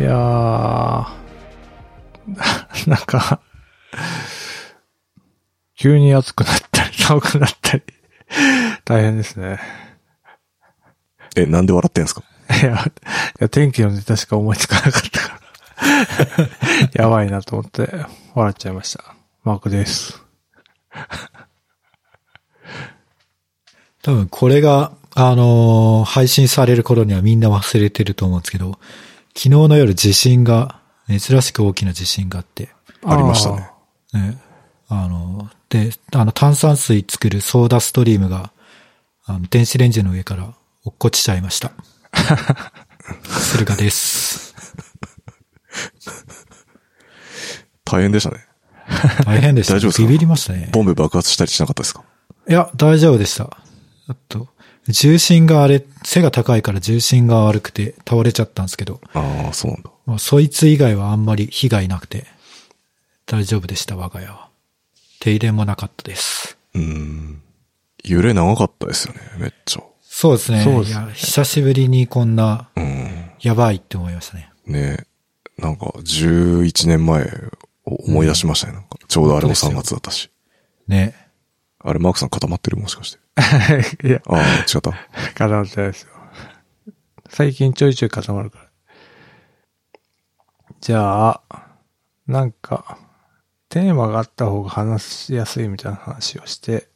いやー、 なんか、急に暑くなったり、寒くなったり、 大変ですね。え、なんで笑ってんすかいや、いや天気のネタしか思いつかなかったから、 やばいなと思って、笑っちゃいました。マークです。多分これが、あのー配信される頃にはみんな忘れてると思うんですけど、昨日の夜地震が、珍しく大きな地震があって、ありましたねね、あのー、で、あの炭酸水作るソーダストリームが、あの、電子レンジの上から落っこちちゃい ました。駿河です。大変でしたね。大変でした。大丈夫ですかビビりましたね。ボンベ爆発したりしなかったですかいや、大丈夫でした。あと、重心があれ、背が高いから重心が悪くて倒れちゃったんですけど、ああ、そうなんだ。まあ、そいつ以外はあんまり被害なくて、大丈夫でした、我が家は。手入れもなかったです。うーん。揺れ長かったですよね、めっちゃ。そうですね。そうですいねや、久しぶりにこんな、うん。やばいって思いましたね。ねなんか、11年前を思い出しましたね、なんか。ちょうどあれも3月だったし。ね。あれ、マークさん固まってるもしかして。 いや、ああ、違った。固まってないですよ。最近ちょいちょい固まるから。じゃあ、なんか、テーマがあった方が話しやすいみたいな話をして、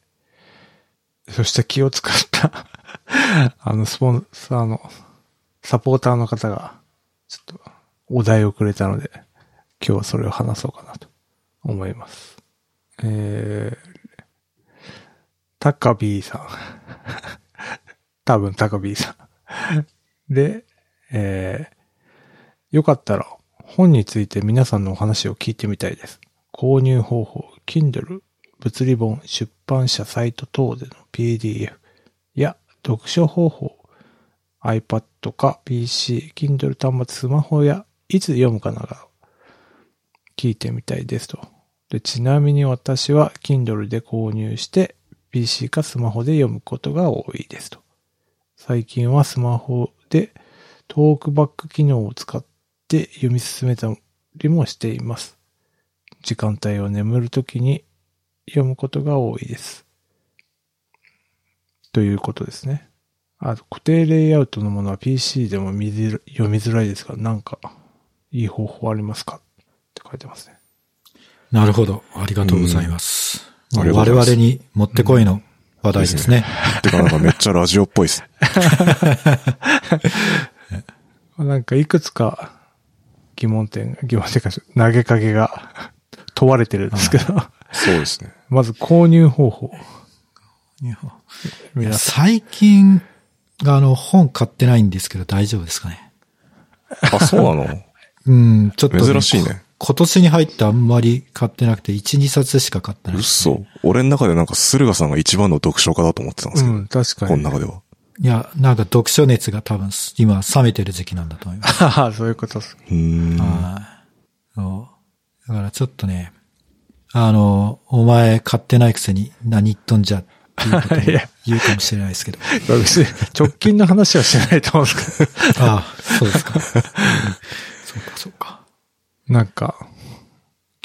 そして気を使った、あの、スポンサーの、サポーターの方が、ちょっと、お題をくれたので、今日はそれを話そうかなと思います。えー、タカビーさん。多分タカビーさん。で、えー、よかったら本について皆さんのお話を聞いてみたいです。購入方法、Kindle、物理本、出版社サイト等での PDF や読書方法、iPad か PC、Kindle 端末、スマホやいつ読むかなど聞いてみたいですと。でちなみに私は Kindle で購入して PC かスマホで読むことが多いですと。最近はスマホでトークバック機能を使って読み進めたりもしています。時間帯を眠るときに読むことが多いです。ということですね。あと固定レイアウトのものは PC でも見づら読みづらいですが、なんかいい方法ありますかって書いてますね。なるほど。ありがとうございます。うんもありうが我とうご々ざいますにもってこいの話題ですね。てか、なんかめっちゃラジオっぽいっすね。なんかいくつか疑問点、疑問点か、投げかけが 問われてるんですけど、そうですね。まず購入方法。い皆やさ最近、あの、本買ってないんですけど大丈夫ですかね。あ、そうなのうん、ちょっと、珍しいねこ今年に入ってあんまり買ってなくて、1、2冊しか買ってない。い嘘。俺の中でなんか、駿河さんが一番の読書家だと思ってたんですん、けうん、確かど、こに。の中では。や、なんか読書熱が多分今冷めてる時期なんだと思います。あ あ、そういうことです。うーん。はいそうだからちょっとね、あの、お前買ってないくせに何言っとんじゃっていうことをいや言うかもしれないですけど。私、直近の話はしないと思うんですけど。ああ、そうですか。そうか、そうか。 なんか、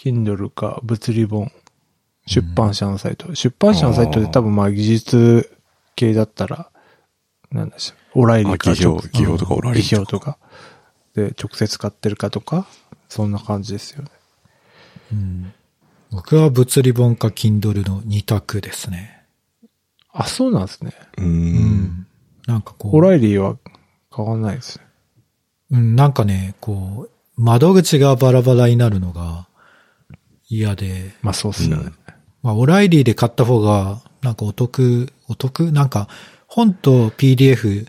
Kindle か物理本、出版社のサイト。出版社のサイトで多分まあ技術系だったら、なんでしょう。オライリーかあ技評直技評とかオライリー技評とか。で、直接買ってるかとか、そんな感じですよね。僕は物理本か Kindle の2択ですね。あ、そうなんですね。うーん。なんかこう。オライリーは買わないですね。うん、なんかね、こう、窓口がバラバラになるのが嫌で、まあそうっすよね。まあ、オライリーで買った方が、なんかお得、お得なんか、本と PDF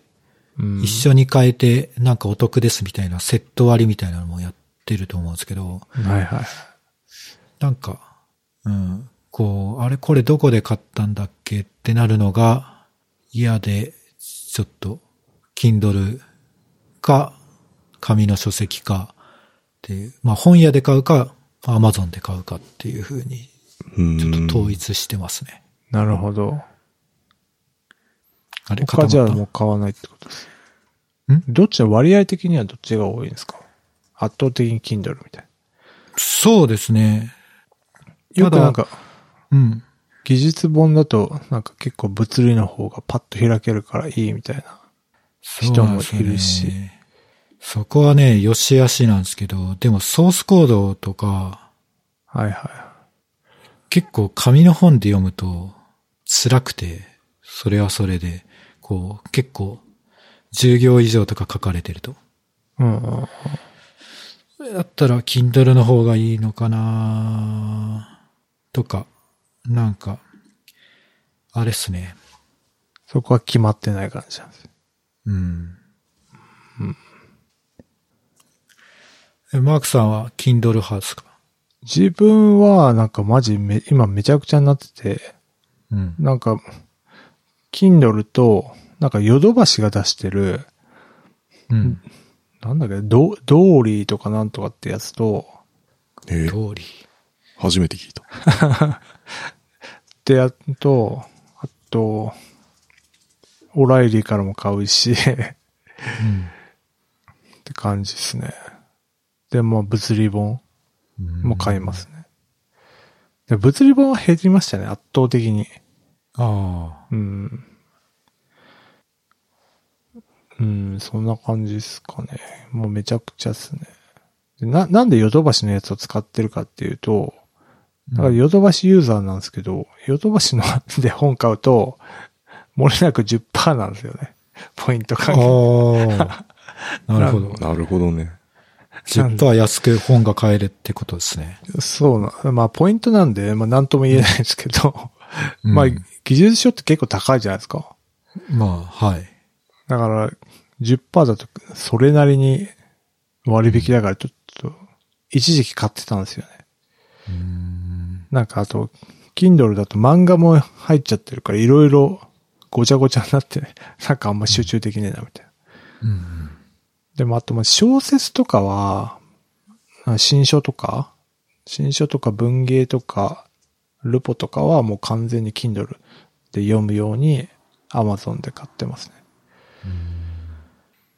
うん一緒に変えて、なんかお得ですみたいな、セット割りみたいなのもやってると思うんですけど、はいはい。なんか、うん、こう、あれこれどこで買ったんだっけってなるのが嫌で、ちょっと、Kindle か、紙の書籍か、っていう、まあ本屋で買うか、Amazon で買うかっていう風に、うーんちょっと統一してますね。なるほど。あれ、他じゃあ固まもっう買わないってことです。んどっちの割合的にはどっちが多いんですか圧倒的に Kindle みたいそうですね。な。よくただなんか、うん。技術本だと、なんか結構物理の方がパッと開けるからいいみたいな。人もいるしそうなんですよね。そこはね、よしあしなんですけど、でもソースコードとか、はいは結構紙の本で読むと辛くて、それはそれで、こう、結構、10行以上とか書かれてると。い。うんうん。だったら、Kindle の方がいいのかなとか、なんか、あれっすね。そこは決まってない感じなんです。うん。えマークさんは Kindle 派ですか自分はなんかマジめ、今めちゃくちゃになってて、うん。なんか、Kindle と、なんかヨドバシが出してる、うん。なんだっけ、ド、ドーリーとかなんとかってやつと、えー、通り。初めて聞いた。で、あと、あと、オライリーからも買うし、 って感じですね。で、まあ、物理本うんも買いますね。で物理本は減りましたね、圧倒的に。ああ。うん。うん、そんな感じですかね。もうめちゃくちゃっすね。でな、なんでヨドバシのやつを使ってるかっていうと、だからヨドバシユーザーなんですけど、ヨドバシので本買うと、漏れなく10%なんですよね。ポイント関係。ああ。なるほど。なるほどね。 10%安く本が買えるってことですね。そうな。まあ、ポイントなんで、まあ、なんとも言えないですけど、まあ、う技ん術書って結構高いじゃないですか。まあ、はい。だから、10%だと、それなりに割引だから、ちょっと、一時期買ってたんですよね。うん。なんか、あと、Kindle だと漫画も入っちゃってるから、いろいろごちゃごちゃになって、なんかあんま集中できねえな、みたいな。うん。でも、あと、まあ小説とかは、あ新書とか、新書とか文芸とか、ルポとかはもう完全に Kindle で読むように Amazon で買ってますね。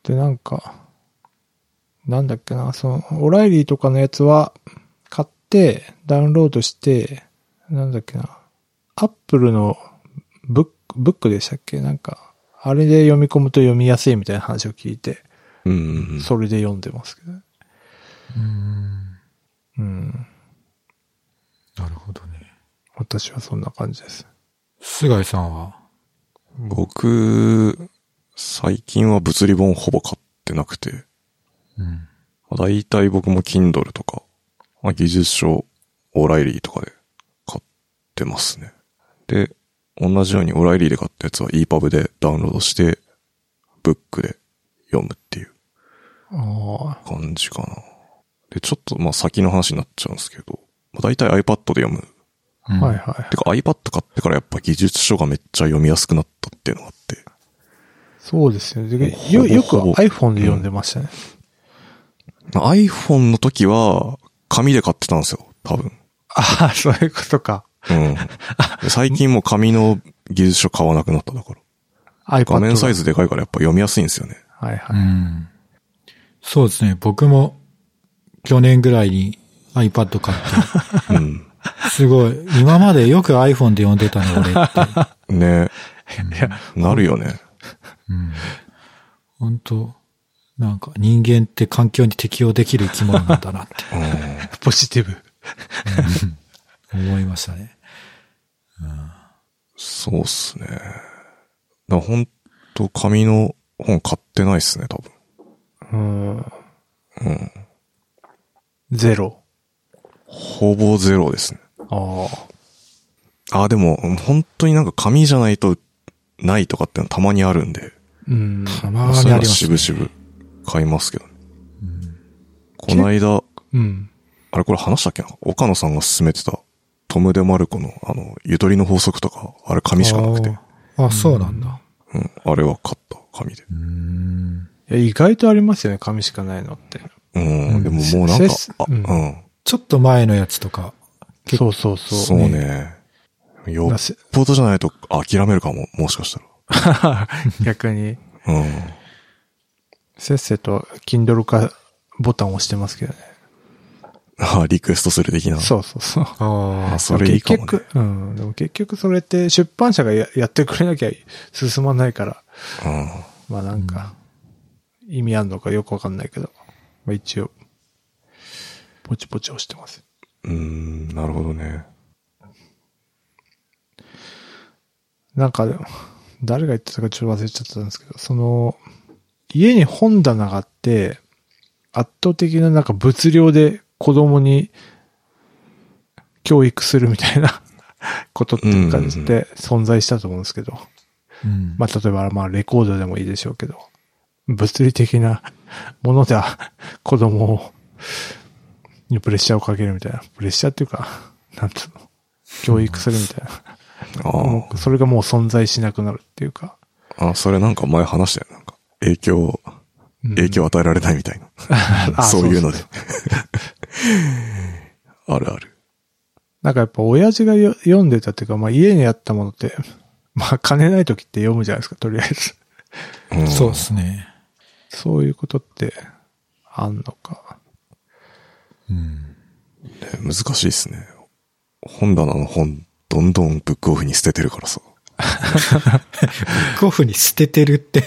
で、なんか、なんだっけな、その、オライリーとかのやつは、買って、ダウンロードして、なんだっけな、アップルのブック、ブックでしたっけなんか、あれで読み込むと読みやすいみたいな話を聞いて、うんうんうん。それで読んでますけどね。うん。なるほどね。私はそんな感じです。菅井さんは僕、最近は物理本ほぼ買ってなくて、うん。だいたい僕も Kindle とか、まあ技術書、オライリーとかで買ってますね。で、同じようにオライリーで買ったやつは EPUB でダウンロードして、ブックで読むっていうあ感じかな。で、ちょっとまあ先の話になっちゃうんですけど、まあ、だいたい iPad で読む。あ、はいい。はい。てか iPad 買ってからやっぱ技術書がめっちゃ読みやすくなったっていうのがあって、そうですよね。ほぼでよよくほぼ iPhone で読んでましたね。まあ iPhone の時は紙で買ってたんですよ、多分。ああ、そういうことか。うん。 で最近もう紙の技術書買わなくなっただから。 iPad 画面サイズ。ズでかいからやっぱ読みやすいんですよね。はいはうい。ん。そうですね。僕も去年ぐらいに iPad 買っうん。て、すごい、今までよく iPhone で読んでたの俺って。 ねいや、なるよね。うん。本当なんか人間って環境に適応できる生き物なんだなって。 うん。ポジティブ。思いましたね。そうっすね。だからほんと紙の本買ってないっすね、多分。うん。うん。ゼロ。ほぼゼロですね。ああ。あ、でも、本当になんか紙じゃないと、ないとかってのたまにあるんで。うん。たまそうにいあうのります、ね。渋々買いますけどね。この間、うん。あれこれ話したっけな岡野さんが勧めてた、トム・デ・マルコの、あの、ゆとりの法則とか、あれ紙しかなくて。あーあ、そうなんだ。うん。あれは買った、紙で。うん。いや、意外とありますよね。紙しかないのって。うん。うんでももうなんせかせ、あ、ううんん。ちょっと前のやつとか、結そうそうそう。そうね。よっぽどじゃないと諦めるかも、もしかした 逆に、ら。うん。せっせと Kindle 化ボタンを押してますけどね。あ あ、リクエストする的な。そうそうそう。あああ、それいいかも、ね。結局、うん。でも結局それって出版社がややってくれなきゃ進まないから、うん。まあなんか、意味あるのかよくわかんないけど、まあ一応、ポチポチ押してます。うーん、なるほどね。なんかでも、誰が言ってたかちょっと忘れちゃったんですけど、その、家に本棚があって、圧倒的ななんか物量で子供に教育するみたいなことっていう感じで存在したと思うんですけど、うん。まあ例えばまあレコードでもいいでしょうけど、物理的な ものでは子供をにプレッシャーをかけるみたいな、プレッシャーっていうか、なんつうの、教育するみたいな。あもうそれがもう存在しなくなるっていうか。あ、あそれなんか前話したよ。なんか、影響、うん影響与えられないみたいな。 あそういうのでそ。 あるある。なんかやっぱ親父がよ読んでたっていうか、まあ家にあったものって、まあ金ない時って読むじゃないですか、とりあえず。うん、そうですね。そういうことって、あんの か。うん。ね難しいですね。本棚の本、どんどんブックオフに捨ててるからさ。ゴフに捨てて るって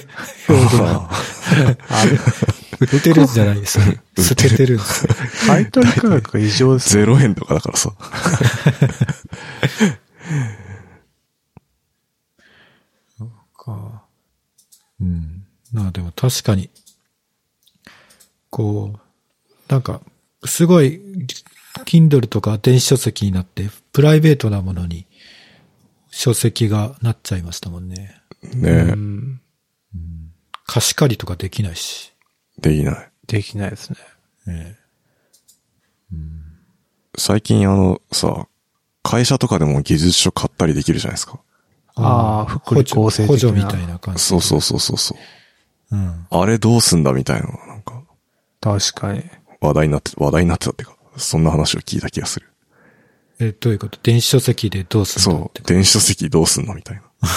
表現は。あれ、売ってるんじゃないです ね。捨ててるんですね。買い取り価格が異常ですね。 0円とかだからさ。か。うん。まあでも確かに、こう、なんか、すごい、Kindle とか電子書籍になって、プライベートなものに書籍がなっちゃいましたもんね。ねうえ、ん。貸し借りとかできないし。できない。できないですね。え最近あのさ、会社とかでも技術書買ったりできるじゃないですか。ああ福利厚生的な補助みたいな感じ。そうそうそうそうそう。うん。あれどうすんだみたいな、なんか、確かに。話題になって、話題になってたっていうか、そんな話を聞いた気がする。え、どういうこと電子書籍でどうするのっそてう。電子書籍どうすんのみたいな。あ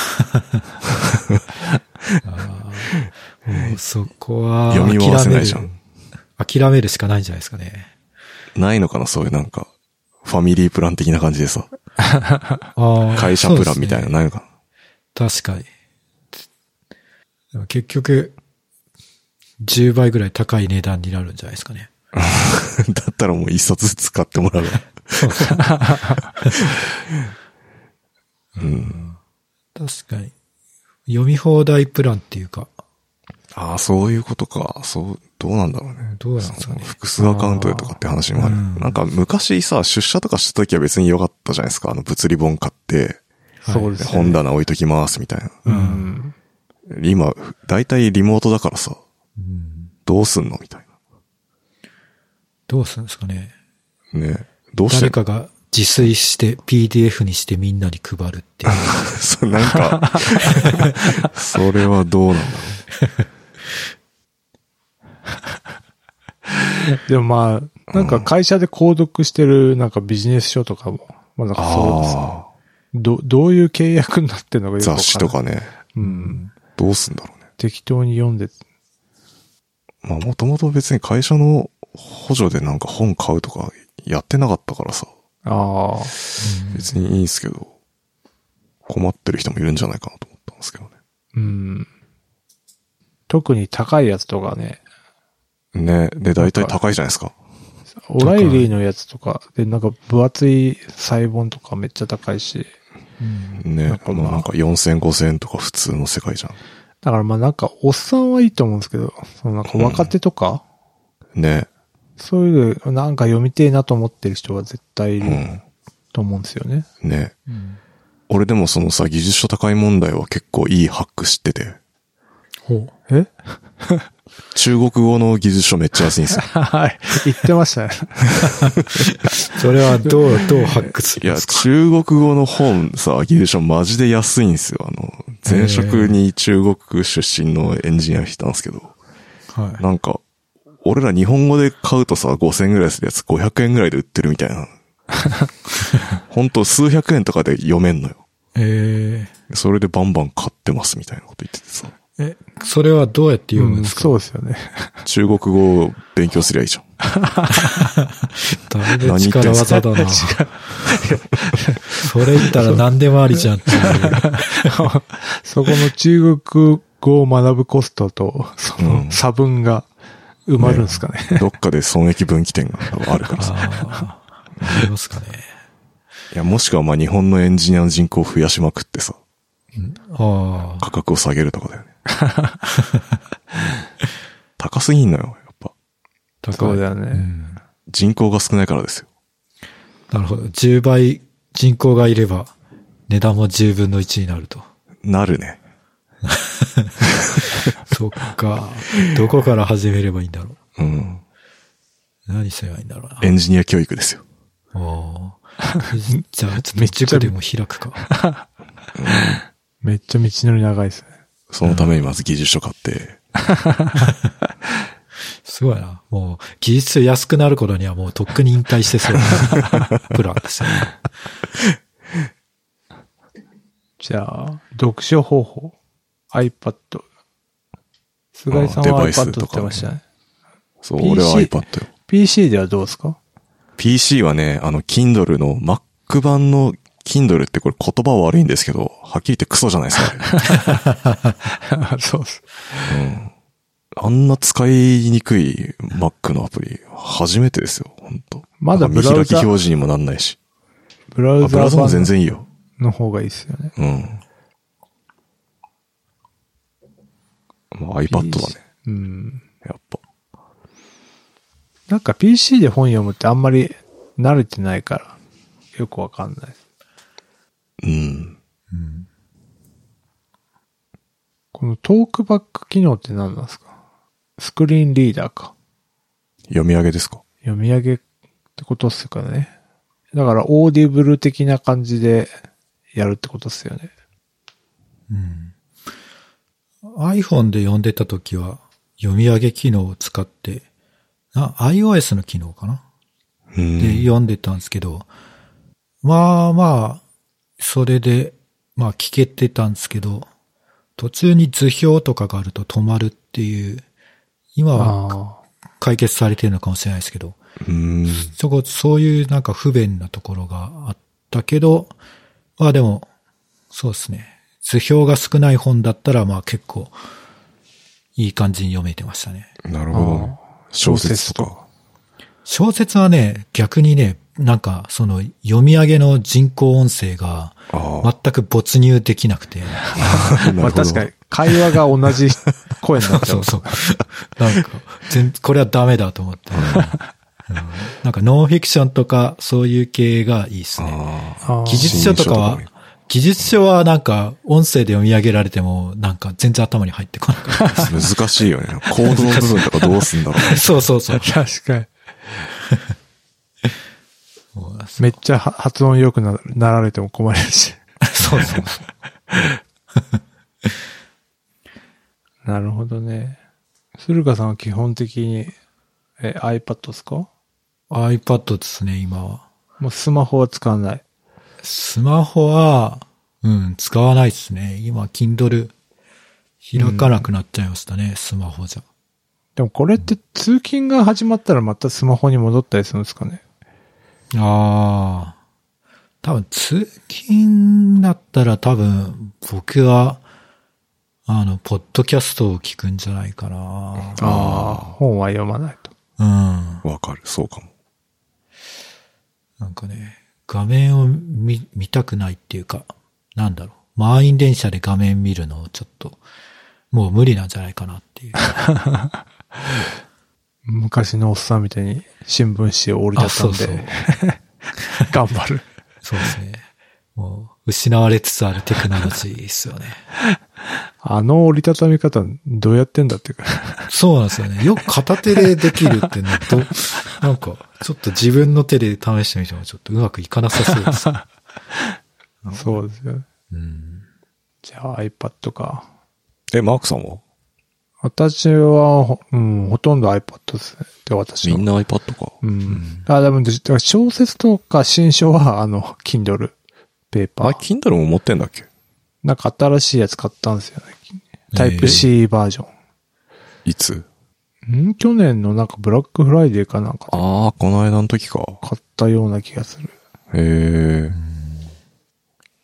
ーもうそこは、読み終わらせないじゃん。諦めるしかないんじゃないですかね。ないのかなそういうなんか、ファミリープラン的な感じでさ、あー会社プランみたいなそうのなですねいのかな確かに。でも結局、10倍ぐらい高い値段になるんじゃないですかね。 だったらもう一冊ずつ買ってもらうわ。うん。確かに。読み放題プランっていうか、ああ、そういうことか。そう、どうなんだろうね。どうなんですかそのね複数アカウントでとかって話もある。あーうんなんか昔さ、出社とかした時は別に良かったじゃないですか。あの物理本買って、はいそうですね。本棚置いときますみたいうな。ん。今、大体リモートだからさ、うん、どうすんのみたいどうするんですかね。な。ね。どうして誰かが自炊して PDF にしてみんなに配るっていう。 そう、なんか、それはどうなんだろでもまあ、なんか会社で購読してるなんかビジネス書とかも、まあなんう。かそうですね。あど、どういう契約になってんのかあ、よくわかんな雑い誌と。かね、うん。どうすんだろうね。適当に読んで、まあ、もともと別に会社の補助でなんか本買うとかやってなかったからさ、ああ、別にいいんすけど、困ってる人もいるんじゃないかなと思ったんですけどうん。特に高いやつとかね、ね。ね。で、大体高いじゃないですか。オライリーのやつとかでなんか分厚い細本とかめっちゃ高いし、うんね。なまんかあ、まあなんか4000、5000とか普通の世界じゃだからまあなんかおっさんはいいと思うんですけど、そのなんか若手とか、ん。ね。そういうのなんか読みてえなと思ってる人は絶対いうるん。と思うんですよね。ね。うん俺でもそのさ、技術書高い問題は結構いいハック知ってて、ほう。え中国語の技術書めっちゃ安いんですよはい。 言ってま したね。それはどう、どう発掘すいるんや、ですか中国語の本さ、ギリシャマジで安いんですよ。あの、前職に中国出身のエンジニアしてたんですけど、はい。なんか、俺ら日本語で買うとさ、5000円ぐらいするやつ500円ぐらいで売ってるみたいな。ほんと数百円とかで読めんのよ。えそれでバンバン買ってますみたいなこと言っててさ。ー、え、えそれはどうやって読むんうんですか、そうですよね。 中国語を勉強すりゃいいじゃん。だいぶ力技だな。 それ言ったら何でもありじゃんっていう。そこの中国語を学ぶコストと、そうんの差分が埋まるんですかね。どっかで損益分岐点が多分あるからさ。あーありますかね。いや、もしくはまあ日本のエンジニアの人口を増やしまくってさ、ああ。価格を下げるとかだよね。高すぎんのよ、やっぱ。高 いそうだよねうん人口が少ないからですよ。なるほど。10倍人口がいれば、値段も10分の1になると。なるね。そっ か。どこから始めればいいんだろう。うん。何すればいいんだろうなエ。ンジニア教育ですよ。おーじゃあ、ちょっとめっちゃ塾でも開くか。めっちゃ道のり長いですね。そのためにまず技術書買って、すごいな。もう、技術安くなる頃にはもうとっくに引退し てそうなプランですね。じゃあ、読書方法。iPad。菅井さんあはデバイス iPad ってと言っかてましたね。そう、 PC 俺は iPad よ。 PC ではどうです か PC はね、あの、Kindle の Mac 版の Kindle ってこれ言葉悪いんですけど、はっきり言ってクソじゃないですか、 あれそうっす。あんな使いにくい Mac のアプリ、初めてですよ、本当まだなんか見ブラ開ウきザ表示にもなんないし。ブラあウブザラウザも全ー然いいよ。の方がいいですよね。うん。まあ iPad だね、。うん。やっぱ。なんか PC で本読むってあんまり慣れてないから、よくわかんない。うん。うんこのトークバック機能って何なんですかスクリーンリーダーか。読み上げですか読み上げってことっすかね。だからオーディブル的な感じでやるってことっすよね。うん、iPhone で読んでた時は、読み上げ機能を使って、な iOS の機能かなうでん。読んでたんですけど、まあまあ、それで、まあ聞けてたんですけど、途中に図表とかがあると止まるっていう、今はあ解決されてるのかもしれないですけど、うん。そこ、そういうなんか不便なところがあったけど、まあでも、そうですね。図表が少ない本だったら、まあ結構、いい感じに読めてましたね。なるほどね。小小説と説とか。小説はね、逆にね、なんか、その、読み上げの人工音声が、あ全く没入できなくて。あ。 あ。まあ確かに会話が同 じ声になっちゃそうう。そう。なんか、全、これはダメだと思 って。うんなんか、ノンフィクションとか、そういう系がいいですね。ああ。あー技術書とかは新書とかもいい、技術書はなんか、音声で読み上げられても、なんか全然頭に入ってこなかっ難し いよね。コードの部分とかどうすんだろた。 そうそうそう。確かに。もうめっちゃは発音良くななられても困るし。そうそうそう。なるほどね。駿河さんは基本的に、え、iPad ですか iPad ですね、今は。もうスマホは使わない。スマホは、うん、使わないですね。今、Kindle 開かなくなっちゃいましたね、スマホじゃ。でもこれって通勤が始まったらまたスマホに戻ったりするんですかねああ。多分、通勤だったら多分、僕は、あの、ポッドキャストを聞くんじゃないかな。ああ。本は読まないと。うん。う。わかる。そうかも。なんかね、画面を見、見たくないっていうか、なんだろう。満員電車で画面見るのをちょっと、もう無理なんじゃないかなっていう。昔のおっさんみたいに新聞紙を折りたあ、たそんうでそう。 頑張る。そうですね。もう、失われつつあるテクノロジーですよね。あの折りたたみ方どうやってんだっていうか。そうなんですよね。よく片手でできるってね、ど、なんか、ちょっと自分の手で試してみてもちょっとうまくいかなさそうです。そうですよね。うん。じゃあ iPad か。え、マークさんは私はほ、うん、ほとんど iPad ですね。で、私みんは。な iPad か。うん。あ、でも、だから小説とか新書は、あの、Kindle、ペーパあ、ー。 Kindle も持ってんだっけなんか新しいやつ買ったんですよね。タイプ C バージョン。いつん去年のなんかブラックフライデーかなんかでああ、この間の時か。買ったような気がする。へえ。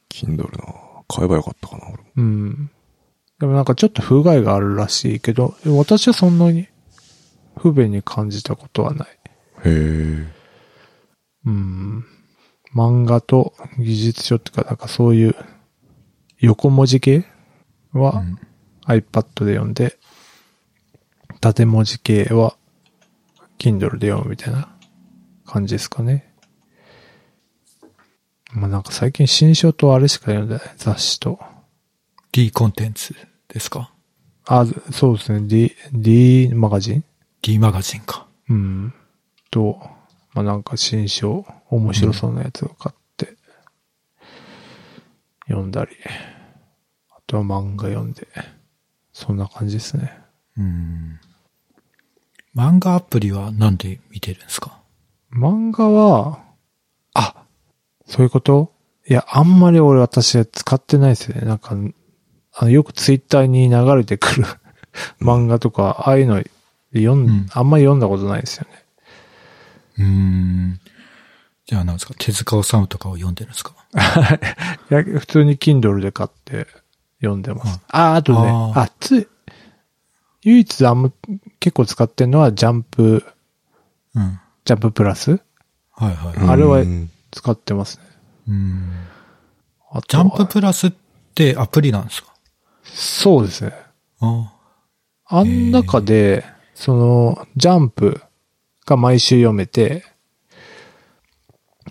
Kindle な。買えばよかったかな、俺も。うん。でもなんかちょっと不具合があるらしいけど、私はそんなに不便に感じたことはない。へえ。うん。漫画と技術書っていうか、なんかそういう横文字系は iPad で読んで、縦文字系は Kindle で読むみたいな感じですかね。まあなんか最近新書とあれしか読んでない。雑誌と。 D コンテンツですかあ、そうですね。D、D マガジン ?D マガジンか。うん。と、まあ、なんか新書、面白そうなやつを買って、読んだり、あとは漫画読んで、そんな感じですね。うん。漫画アプリはなんで見てるんですか漫画は、あ、そういうこといや、あんまり俺私使ってないですね。なんか、あのよくツイッターに流れてくる 漫画とか、ああいうの読ん、うんあんまり読んだことないですよね。うん。じゃあなんですか手塚治虫とかを読んでるんですかいや、普通に Kindle で買って読んでます。あ、あとね、ああーつい、唯一あんま結構使ってるのはジャンプ、うん。ジャンププラスはいはい。あれはうん使ってますね。うん。あジとャはンププラスってアプリなんですかそうですね。ああん中で、その、ジャンプが毎週読めて、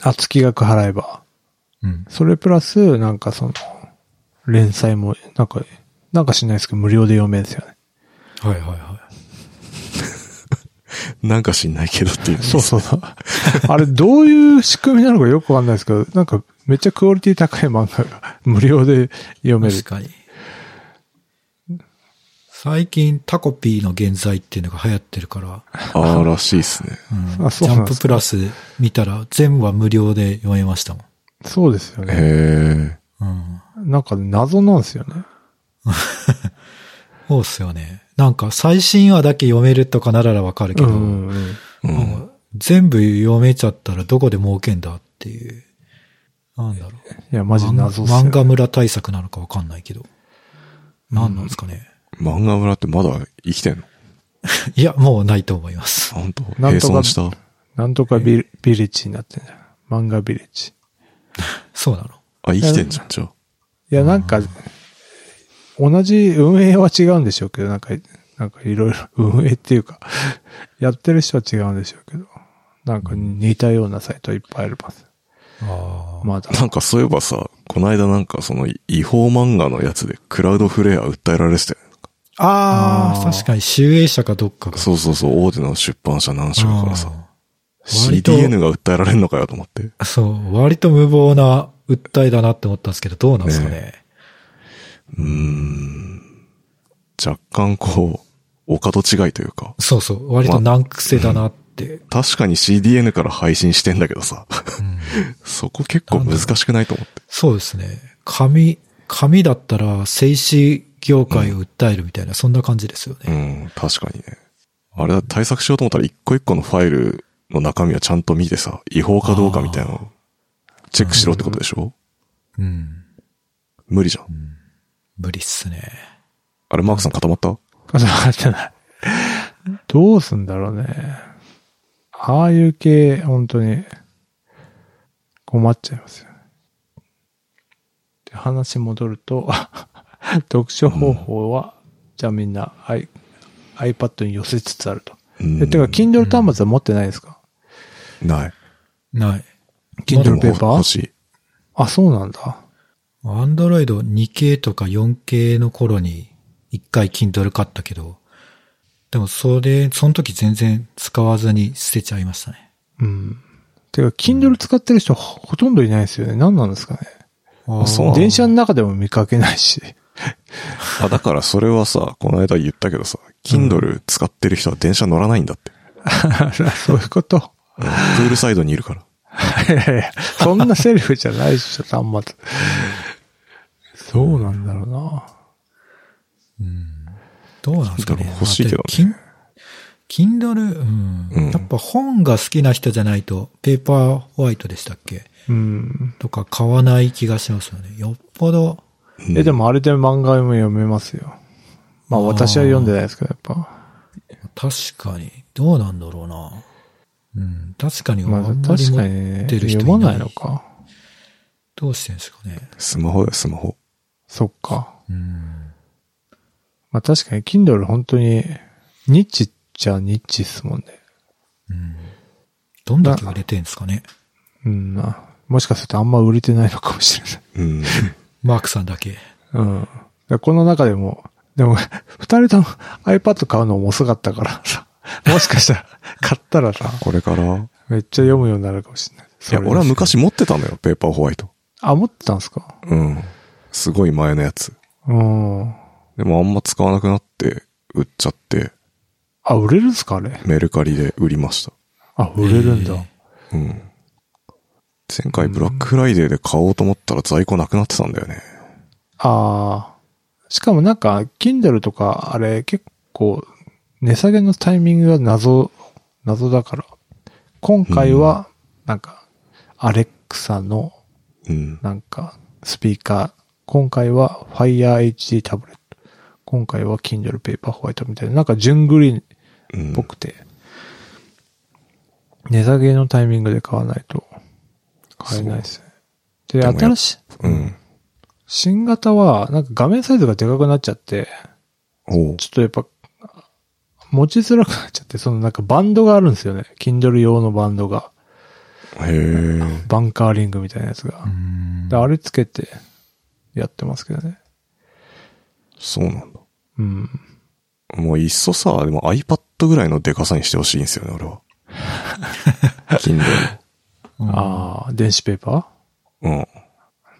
あ、月額払えば。あ。うん。それプラス、なんかその、連載も、なんか、なんかしないですけど、無料で読めるんですよね。はいはいはい。なんか知んないけどっていう。そうそうそう。 あれ、どういう仕組みなのかよくわかんないですけど、なんか、めっちゃクオリティ高い漫画が 無料で読める確。かに。最近タコピーの現在っていうのが流行ってるから、ああ、らしいっすね。うんあジそうなャんンでプすプラス見たら全部は無料で読めましたもそうですよね。へえ。ん。うん。なんか、謎なんですよね。そうっすよね。なんか最新話だけ読めるとかならわかるけうど、んうん。う。なんんか全部読めちゃったらどこで儲けんだっていう。なんだろう。いや、マジ謎っすよ、ね。漫画村対策なのかわかんないけど。なんなんですかね。漫画村ってまだ生きてんのいや、もうないと思います。本当な閉んとか村した。なんとかビビレッジになってんじゃん。漫画ビレッジ。そうなの。あ、生きてんじゃん、じゃあ。いや、なんか、同じ運営は違うんでしょうけど、なんか、なんかいろい ろ、運営っていうか、やってる人は違うんでしょうけど、なんか似たようなサイトいっぱいあります。あまだ。なんかそういえばさ、この間なんかその違法漫画のやつでクラウドフレア訴えられてたよね。あーあー確かに、集英社かどっかが。そうそうそう、大手の出版社何社かからさ、うん割と CDN が訴えられんのかよと思って。あーそう、割と無謀な訴えだなって思ったんですけど、どうなんですかね。うーん。若干こう、丘と違いというか、そうそう、割と難癖だなって。確かに CDN から配信してんだけどさ、 うんそこ結構難しくないと思って。そうですね。紙、紙だったら静止業界を訴えるみたいな、そんな感じですようね。ん、確かにね。あれだ、対策しようと思ったら一個一個のファイルの中身はちゃんと見てさ、違法かどうかみたいなのをチェックしろってことでしょうん。無理じゃん。無理っすね。あれ、マークさん固まった固まってない。 どうすんだろうね。ああいう系、本当に、困っちゃいますよね。で話戻ると、 読書方法は、じゃあみんな i iPad に寄せつつあると。うんえ、てか、Kindle 端末は持ってないですかない。ない。で ?Kindle もペーパ欲ーしい。あ、そうなんだ。アンドロイド 2K とか 4K の頃に一回 Kindle 買ったけど、でもそれ、その時全然使わずに捨てちゃいましたね。うん。てか、Kindle 使ってる人ほほとんどいないですよね。何なんですかね。あそう電車の中でも見かけないし。あ、だからそれはさ、この間言ったけどさ、Kindle 使ってる人は電車乗らないんだって。あらそういうこと。うんプールサイドにいるから。いやいや、そんなセリフじゃないっしょ、端末。そうなんだろうな。うん。どうなんですかね。 Kindle 欲しいけどねまあでキン Kindle、うん、うんやっぱ本が好きな人じゃないと、ペーパーホワイトでしたっけうん。とか買わない気がしますよね。よっぽど、うんえ、でもあれで漫画も読めますよ。まああー私は読んでないですけど、やっぱ。確かに、どうなんだろうな。うん、確かに、まあんまり確持かっにね、てる人読いなまないいのか。どうしてんですかね。スマホだよ、スマホ。そっか。うん。まあ確かに Kindle 本当に、ニッチっちゃニッチっすもんね。うん。どんだけ売れてんですかね。うんな。もしかするとあんま売れてないのかもしれない。 うん。マークさんだけ。うん。だからこの中でも、でも、 二人とも iPad 買うのも遅かったからさ、 もしかしたら、買ったらさ、これからいめっちゃ読むようになるかもしれない。そや、れです俺は。昔持ってたのよ、ペーパーホワイト。あ、持ってたんですかうん。すごい前のやつ。うん。でもあんま使わなくなって、売っちゃって、あ、売れるんすかあれ。メルカリで売りました。あ、売れるんだ。えうん。前回ブラックフライデーで買おうと思ったら在庫なくなってたんだよね。ああ。しかもなんか、Kindle とか、あれ結構、値下げのタイミングが謎、謎だから。今回は、なんか、アレックサの、うん。なんか、スピーカー。今回は Fire HD タブレット。今回は Kindle Paper White みたいな、なんか順繰りっうんぽ。くて、値下げのタイミングで買わないと買えないですね。で、でもやっ新しい、うん。新型は、なんか画面サイズがでかくなっちゃって、おうちょっとやっぱ、持ちづらくなっちゃって、そのなんかバンドがあるんですよね。Kindle 用のバンドが。へえ。バンカーリングみたいなやつが。うんであれつけてやってますけどね。そうなんだ。うん。もういっそさ、でも iPad ぐらいのデカさにしてほしいんですよね、俺は。Kindle ああ、電子ペーパーの。うん。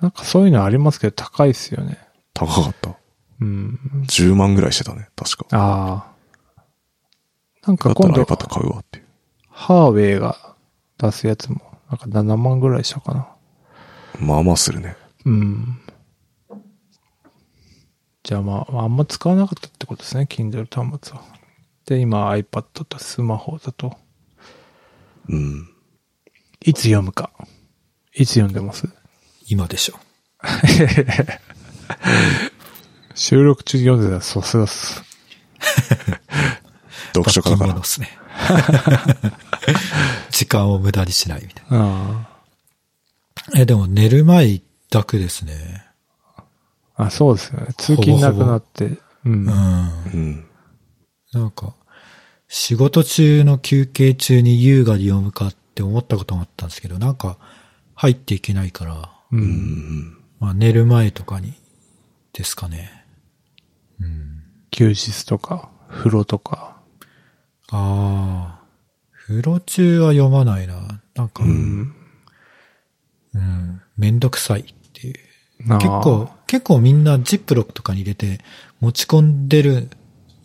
なんかそういうのありますけど高いっすよね。高かった。うん。 10万ぐらいしてたね、確か。ああ。なんだかった今度、ら iPad 買うわっていう。ハーウェイが出すやつも、なんか7万ぐらいしたかな。まあまあするね。うん。じゃあまあ、あんま使わなかったってことですね、Kindle 端末は。で、今 iPad とスマホだと、うん。いつ読むか。いつ読んでます今でしょ。収録中に読んでたらさすがっす。読書家だか罰金もらのっ。すね。 時間を無駄にしないみたいあな。え、でも寝る前だけですね。あ。あ、そうですよね。通勤なくなって。うんうん。うん。なんか、仕事中の休憩中に優雅に読むかって思ったこともあったんですけど、なんか入っていけないから、う。うんん。まあ寝る前とかに、ですかね。うん。休日とか、風呂とか。ああ。風呂中は読まないな。なんか、うん。うん、めんどくさいっていう。あー結構、結構みんなジップロックとかに入れて持ち込んでる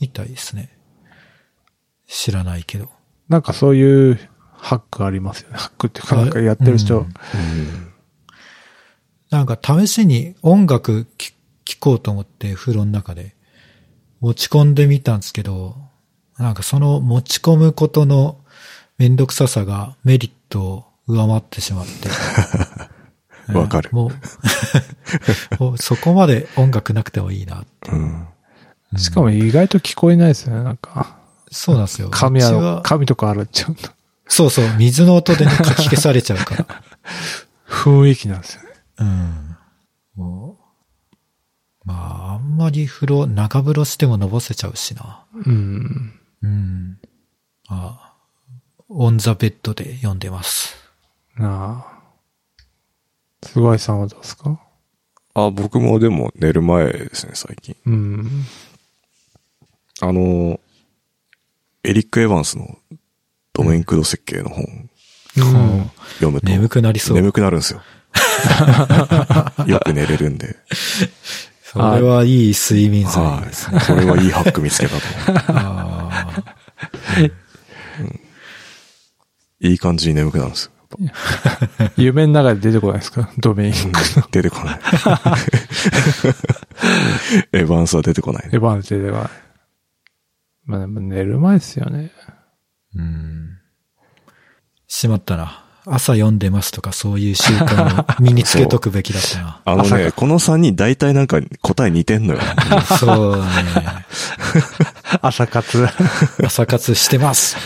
みたいですね。知らないけど。なんかそういうハックありますよね。ハックっていうか、あなんかやってる人。うんなんか試しに音楽き聴こうと思って風呂の中で持ち込んでみたんですけど、なんかその持ち込むことのめんどくささがメリットを上回ってしまって。うんわかるも う、もうそこまで音楽なくてもいいな。うん。しかも意外と聞こえないですよね。なんか、そうなんですよ。髪うちは、は髪とか洗っちゃうんだ。そうそう、水の音でね、かき消されちゃうから。 雰囲気なんですよね。うん。もう、まあ、あんまり風呂、長風呂してものぼせちゃうしな。うん。うん。あオンザベッドで読んでます。なあ。菅井さんはどうですかあ、僕もでも寝る前ですね、最近。うん。あの、エリック・エヴァンスのドメイン駆動設計の本うん。読むと。眠くなりそう。眠くなるんで すよ。よく寝れるんで。それはいい睡眠剤はですね。い。これはいいハック見つけたと思う。あーいい感じに眠くなるんですよ。 夢の中で出てこないですかドメイン。出てこない。 エヴァンスは出てこないね。。エヴァンスでは。まあでも寝る前ですよね。うん。しまったな。朝読んでますとかそういう習慣を身につけとくべきだったなあの朝ね、がこの3人大体なんか答え似てんのよ。 そうだね。 朝活。朝活して ます。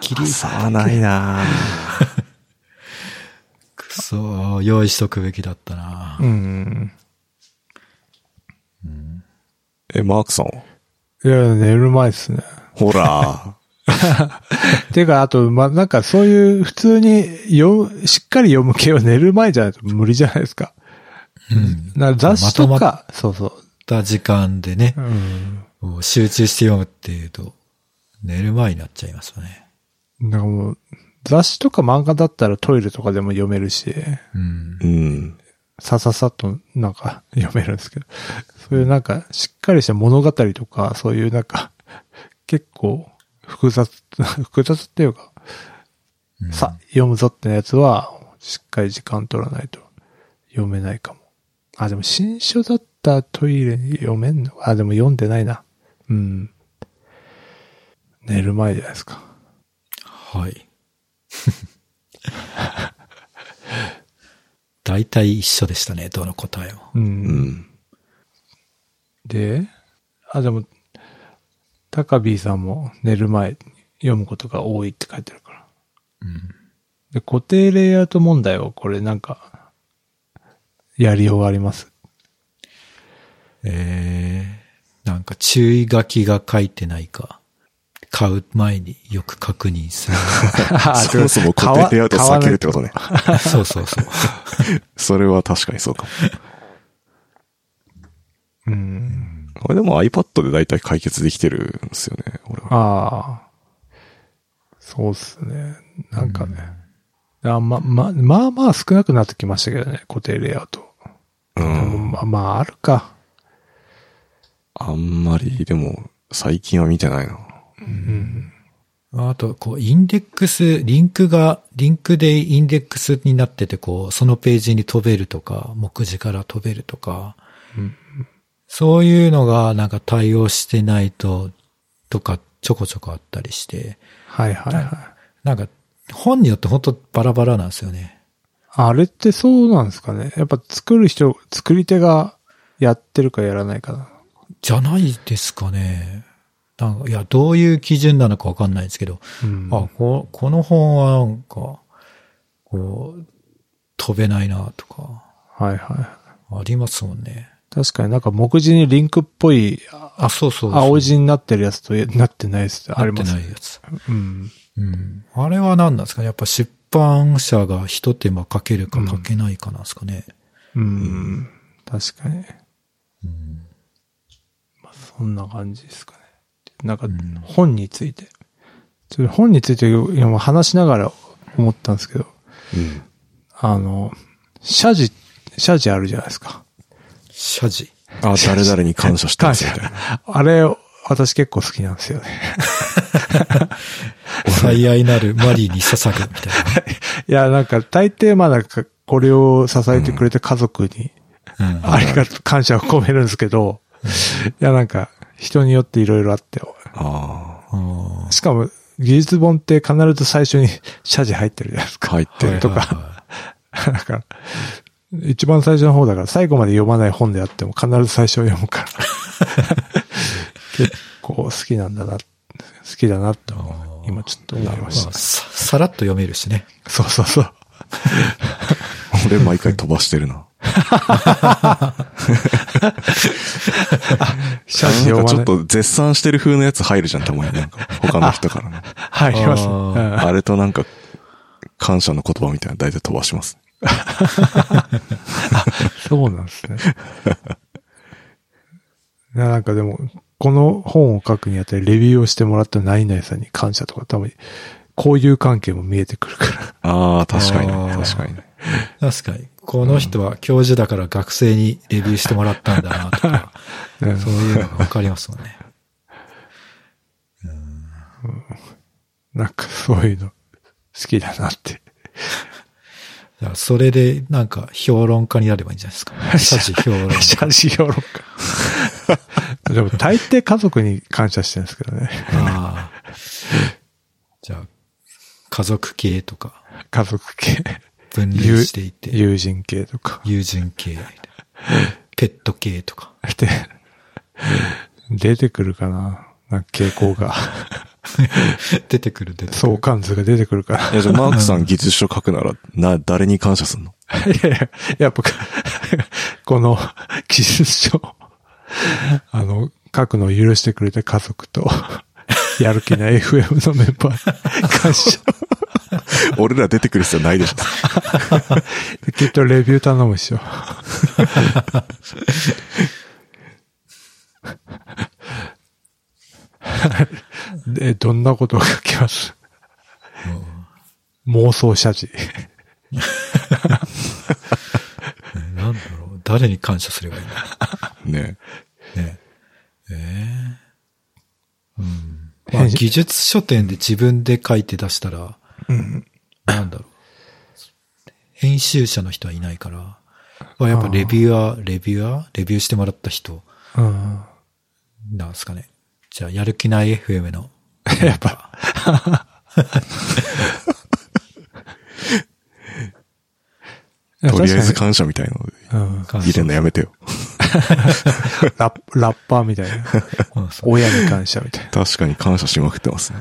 キリさはないなくそ、用意しとくべきだったなう。ん。え、マークさんはいや、寝る前ですね。ほ ら。ていうか、あと、まあ、なんかそういう普通に読む、しっかり読む系は寝る前じゃないと無理じゃないですか。うん。なんか雑誌とか、まとまそうそう。た時間でねう、ん。こう集中して読むっていうと、寝る前になっちゃいますよね。なんかもう、雑誌とか漫画だったらトイレとかでも読めるし、うんう。ん。さささっとなんか 読めるんですけど、そういうなんかしっかりした物語とか、そういうなんか、結構複雑、 複雑っていうか、うんさ、読むぞってやつは、しっかり時間取らないと読めないかも。あ、でも新書だったらトイレに読めんのあ、でも読んでないな。うん。寝る前じゃないですか。はい。 大体一緒でしたね、どの答えも。う。うんん。で、あ、でも、タカビーさんも寝る前に読むことが多いって書いてあるから。うん。で、固定レイアウト問題はこれなんか、やりようがあります。えー、なんか注意書きが書いてないか、買う前によく確認する。 そもそも固定レイアウト避けるってことね。そうそうそう。それは確かにそうかも。うん。これでも iPad で大体解決できてるんですよね、俺は。ああ。そうっすね。なんかね。あま、ま、まあまあ少なくなってきましたけどね、固定レイアウト。うでもん。まあまああるか。あんまり、でも、最近は見てないな。うん。あと、こう、インデックス、リンクが、リンクでインデックスになってて、こう、そのページに飛べるとか、目次から飛べるとか、うんそういうのがなんか対応してないと、とか、ちょこちょこあったりして、はいはいはい。なんか、本によって本当バラバラなんですよね。あれってそうなんですかね。やっぱ作る人、作り手がやってるかやらないかな。じゃないですかね。なんか、いや、どういう基準なのかわかんないですけど、うんあ、こ、この本はなんか、こう、飛べないなとか、はいはい。ありますもんね。確かになんか目次にリンクっぽいあ、そうそうそう。青字になってるやつとなってないやつってありますなってないやつ。うん。うん。あれは何なんですかねやっぱ出版社が一手間かけるかかけないかなんですかね。うん。確かに。うん。そんな感じですかね。なんかん本について。ちょっと本について今話しながら思ったんですけど、うん。あの、謝辞、謝辞あるじゃないですか。謝辞。 あ、誰々に感謝してますみたいな。あれ、私結構好きなんですよね。 最愛なるマリーに捧ぐみ たいいや、なんか大抵まあなんかこれを支えてくれた家族に、な。うん。ありがとう、感謝を込めるんですけど、いや、なんか人によっていろいろあって、ああしかも技術本って必ず最初に 謝辞入ってるじゃないですあ、か。入ってる。とか か。だから、一番最初の方だから最後まで読まない本であっても必ず最初を読むから。結構好きなんだな、好きだなとあー今ちょっと思いままあした。さ、さらっと読めるしね。そうそうそう。俺毎回飛ばしてる な。謝辞な読んかまちなょっい。と絶賛してる風のやつ入るじゃん、たまに。なんか、他の人から ね。入りますね。あーうんあれとなんか、感謝の言葉みたいなの大体飛ばします。そうなんですね。いやなんかでも、この本を書くにあたりレビューをしてもらった何々さんに感謝とか、多分、こういう関係も見えてくるから。ああ、確かにね。あー確かにね。確かに。この人は教授だから学生にレビューしてもらったんだなとか、 うんそういうのがわかりますもんね。なんかそういうの好きだなってだからそれで、なんか、評論家になればいいんじゃないです か。社事評論家。写真評論 家。でも大抵家族に感謝してるんですけどね。ああ。じゃあ、家族系とか、家族系、分類していて、友人系とか。友人系、ペット系とか。で、出てくるかななんか傾向 が。出てくる出てくる。相関図が出てくるかいや、じゃあマークさん技術書書くなら、な、 誰に感謝すんのら。いやいや、やっぱ、この記述書、あの、書くのを許してくれた家族と、やる気ない FM のメンバーに感謝。俺ら出てくる必要ないでしょ。きっとレビュー頼むっしょ。で、どんなことを書きます妄想写真。うんなんだろう。誰に感謝すればいいんだろねうね。ええうん。まあ、技術書店で自分で書いて出したら、うん。なんだろう。編集者の人はいないから、まあ、やっぱレビュアー、レビュアーレビューしてもらった人うん。なんですかね。じゃあ、やる気ない FM の。やっぱ、いやとりあえず確か感謝みたいなので、にうん感入れるのやめてよ。ラップラッパーみたいな。うんそう親に感謝みたい確かに感謝しまくってますね。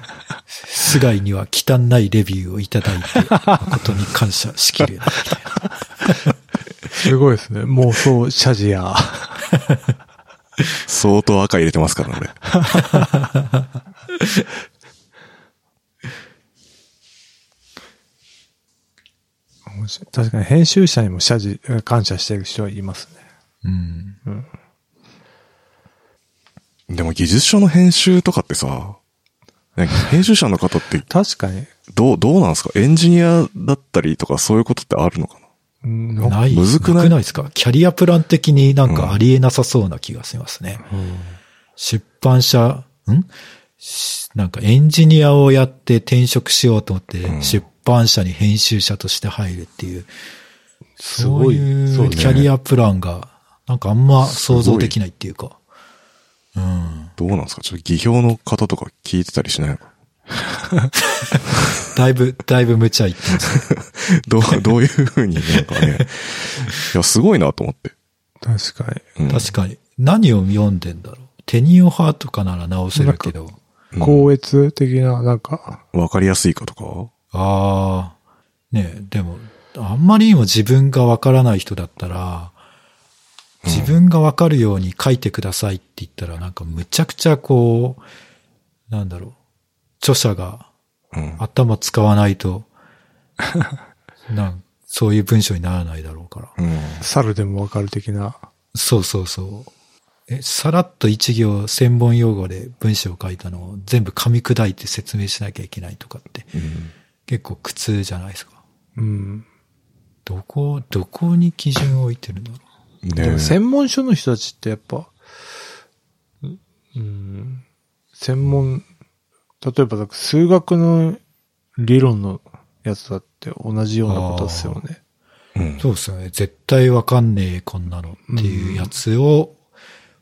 菅井には汚いレビューをいただいて、誠に感謝しきれなな。い。すごいですね。妄想謝辞や。相当赤入れてますから、俺。面白い確かに編集者にも謝辞、感謝してる人はいますね。うん。でも技術書の編集とかってさ、なんか編集者の方って確かに、どう、どうなんですかエンジニアだったりとかそういうことってあるのかなうんない。むずくないなですかキャリアプラン的になんかありえなさそうな気がしますね。出版社、んしなんかエンジニアをやって転職しようと思って、出版社に編集者として入るっていう、すそういそううねキャリアプランが、なんかあんま想像できないっていうか。どうなんですかちょっと技評の方とか聞いてたりしないのかだいぶ、だいぶ無茶言ってます。ど う、どういうふうになんかね。いや、すごいなと思って。確かうん、確かに。何を読んでんだろう。テニオ派とかなら直せるけど。に。高越的な、なんか、わかりやすいかとかああ、ねえ、でも、あんまりにも自分がわからない人だったら、自分がわかるように書いてくださいって言ったら、なんかむちゃくちゃこう、なんだろう、著者がうん。頭使わないと、なんそういう文章にならないだろうから。うん。猿でもわかる的な。そうそうそう。え、さらっと一行専門用語で文章を書いたのを全部噛み砕いて説明しなきゃいけないとかって、うん。結構苦痛じゃないですか。うん。どこ、どこに基準を置いてるんだろでねも専門書の人たちってやっぱ、うん、専門、例えばだから数学の理論のやつだって同じようなことですよね。うんう。そうですよね。絶対わかんねえ、こんなのっていうやつを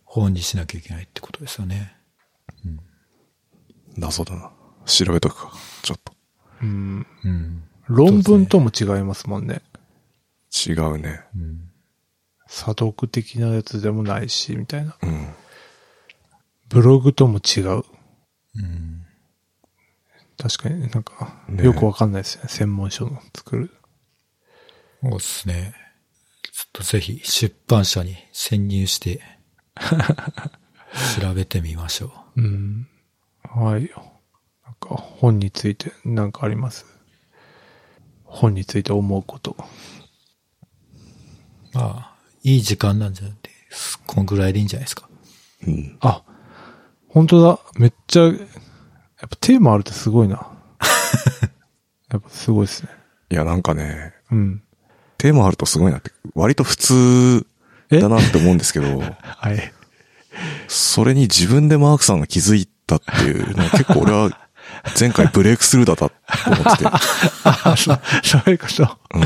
本にしなきゃいけないってことですよね。謎だな。調べとくか。ちょっと。うん。うん。論文とも違いますもんね。違うね。うん、査読的なやつでもないし、みたいな。うん。ブログとも違う。うん。確かになんか、ねよくわかんないですね。専門書の作る。そうですね。ちょっとぜひ出版社に潜 入して、調べてみましょう。うん。はい。なんか本についてなんかあります本について思うこと。まあ、いい時間なんじゃなくて、こんぐらいでいいんじゃないですか。うん。あ、本当だ。めっちゃ、やっぱテーマあるってすごい な。やっぱすごいですね。いや、なんかね、うん。テーマあるとすごいなって、割と普通だなって思うんですけど、 はい。それに自分でマークさんが気づいたっていうのは結構俺は前回ブレイクスルーだったと思 ってて。あ そうそういうこと。うん。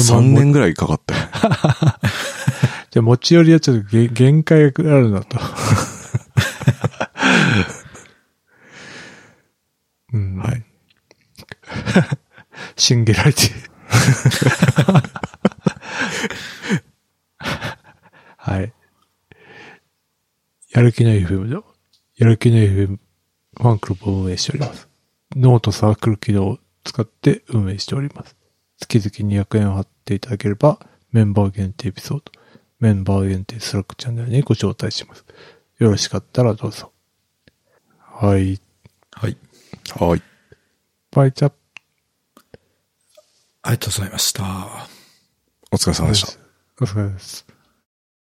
3年ぐらいかかったよ。じゃあ持ち寄りはちょっとげ限界があるな と。うん、はい。シンギュ ラリティ。はい。やる気ない FM で、やる気ない FM ファンクルブを運営しております。ノートサークル機能を使って運営しております。月々200円を払っていただければ、メンバー限定エピソード、メンバー限定スラックチャンネルにご招待します。よろしかったらどうぞ。はい。はい。はい。バイチャップありがとうございました。お疲れ様でした。お疲れ様です。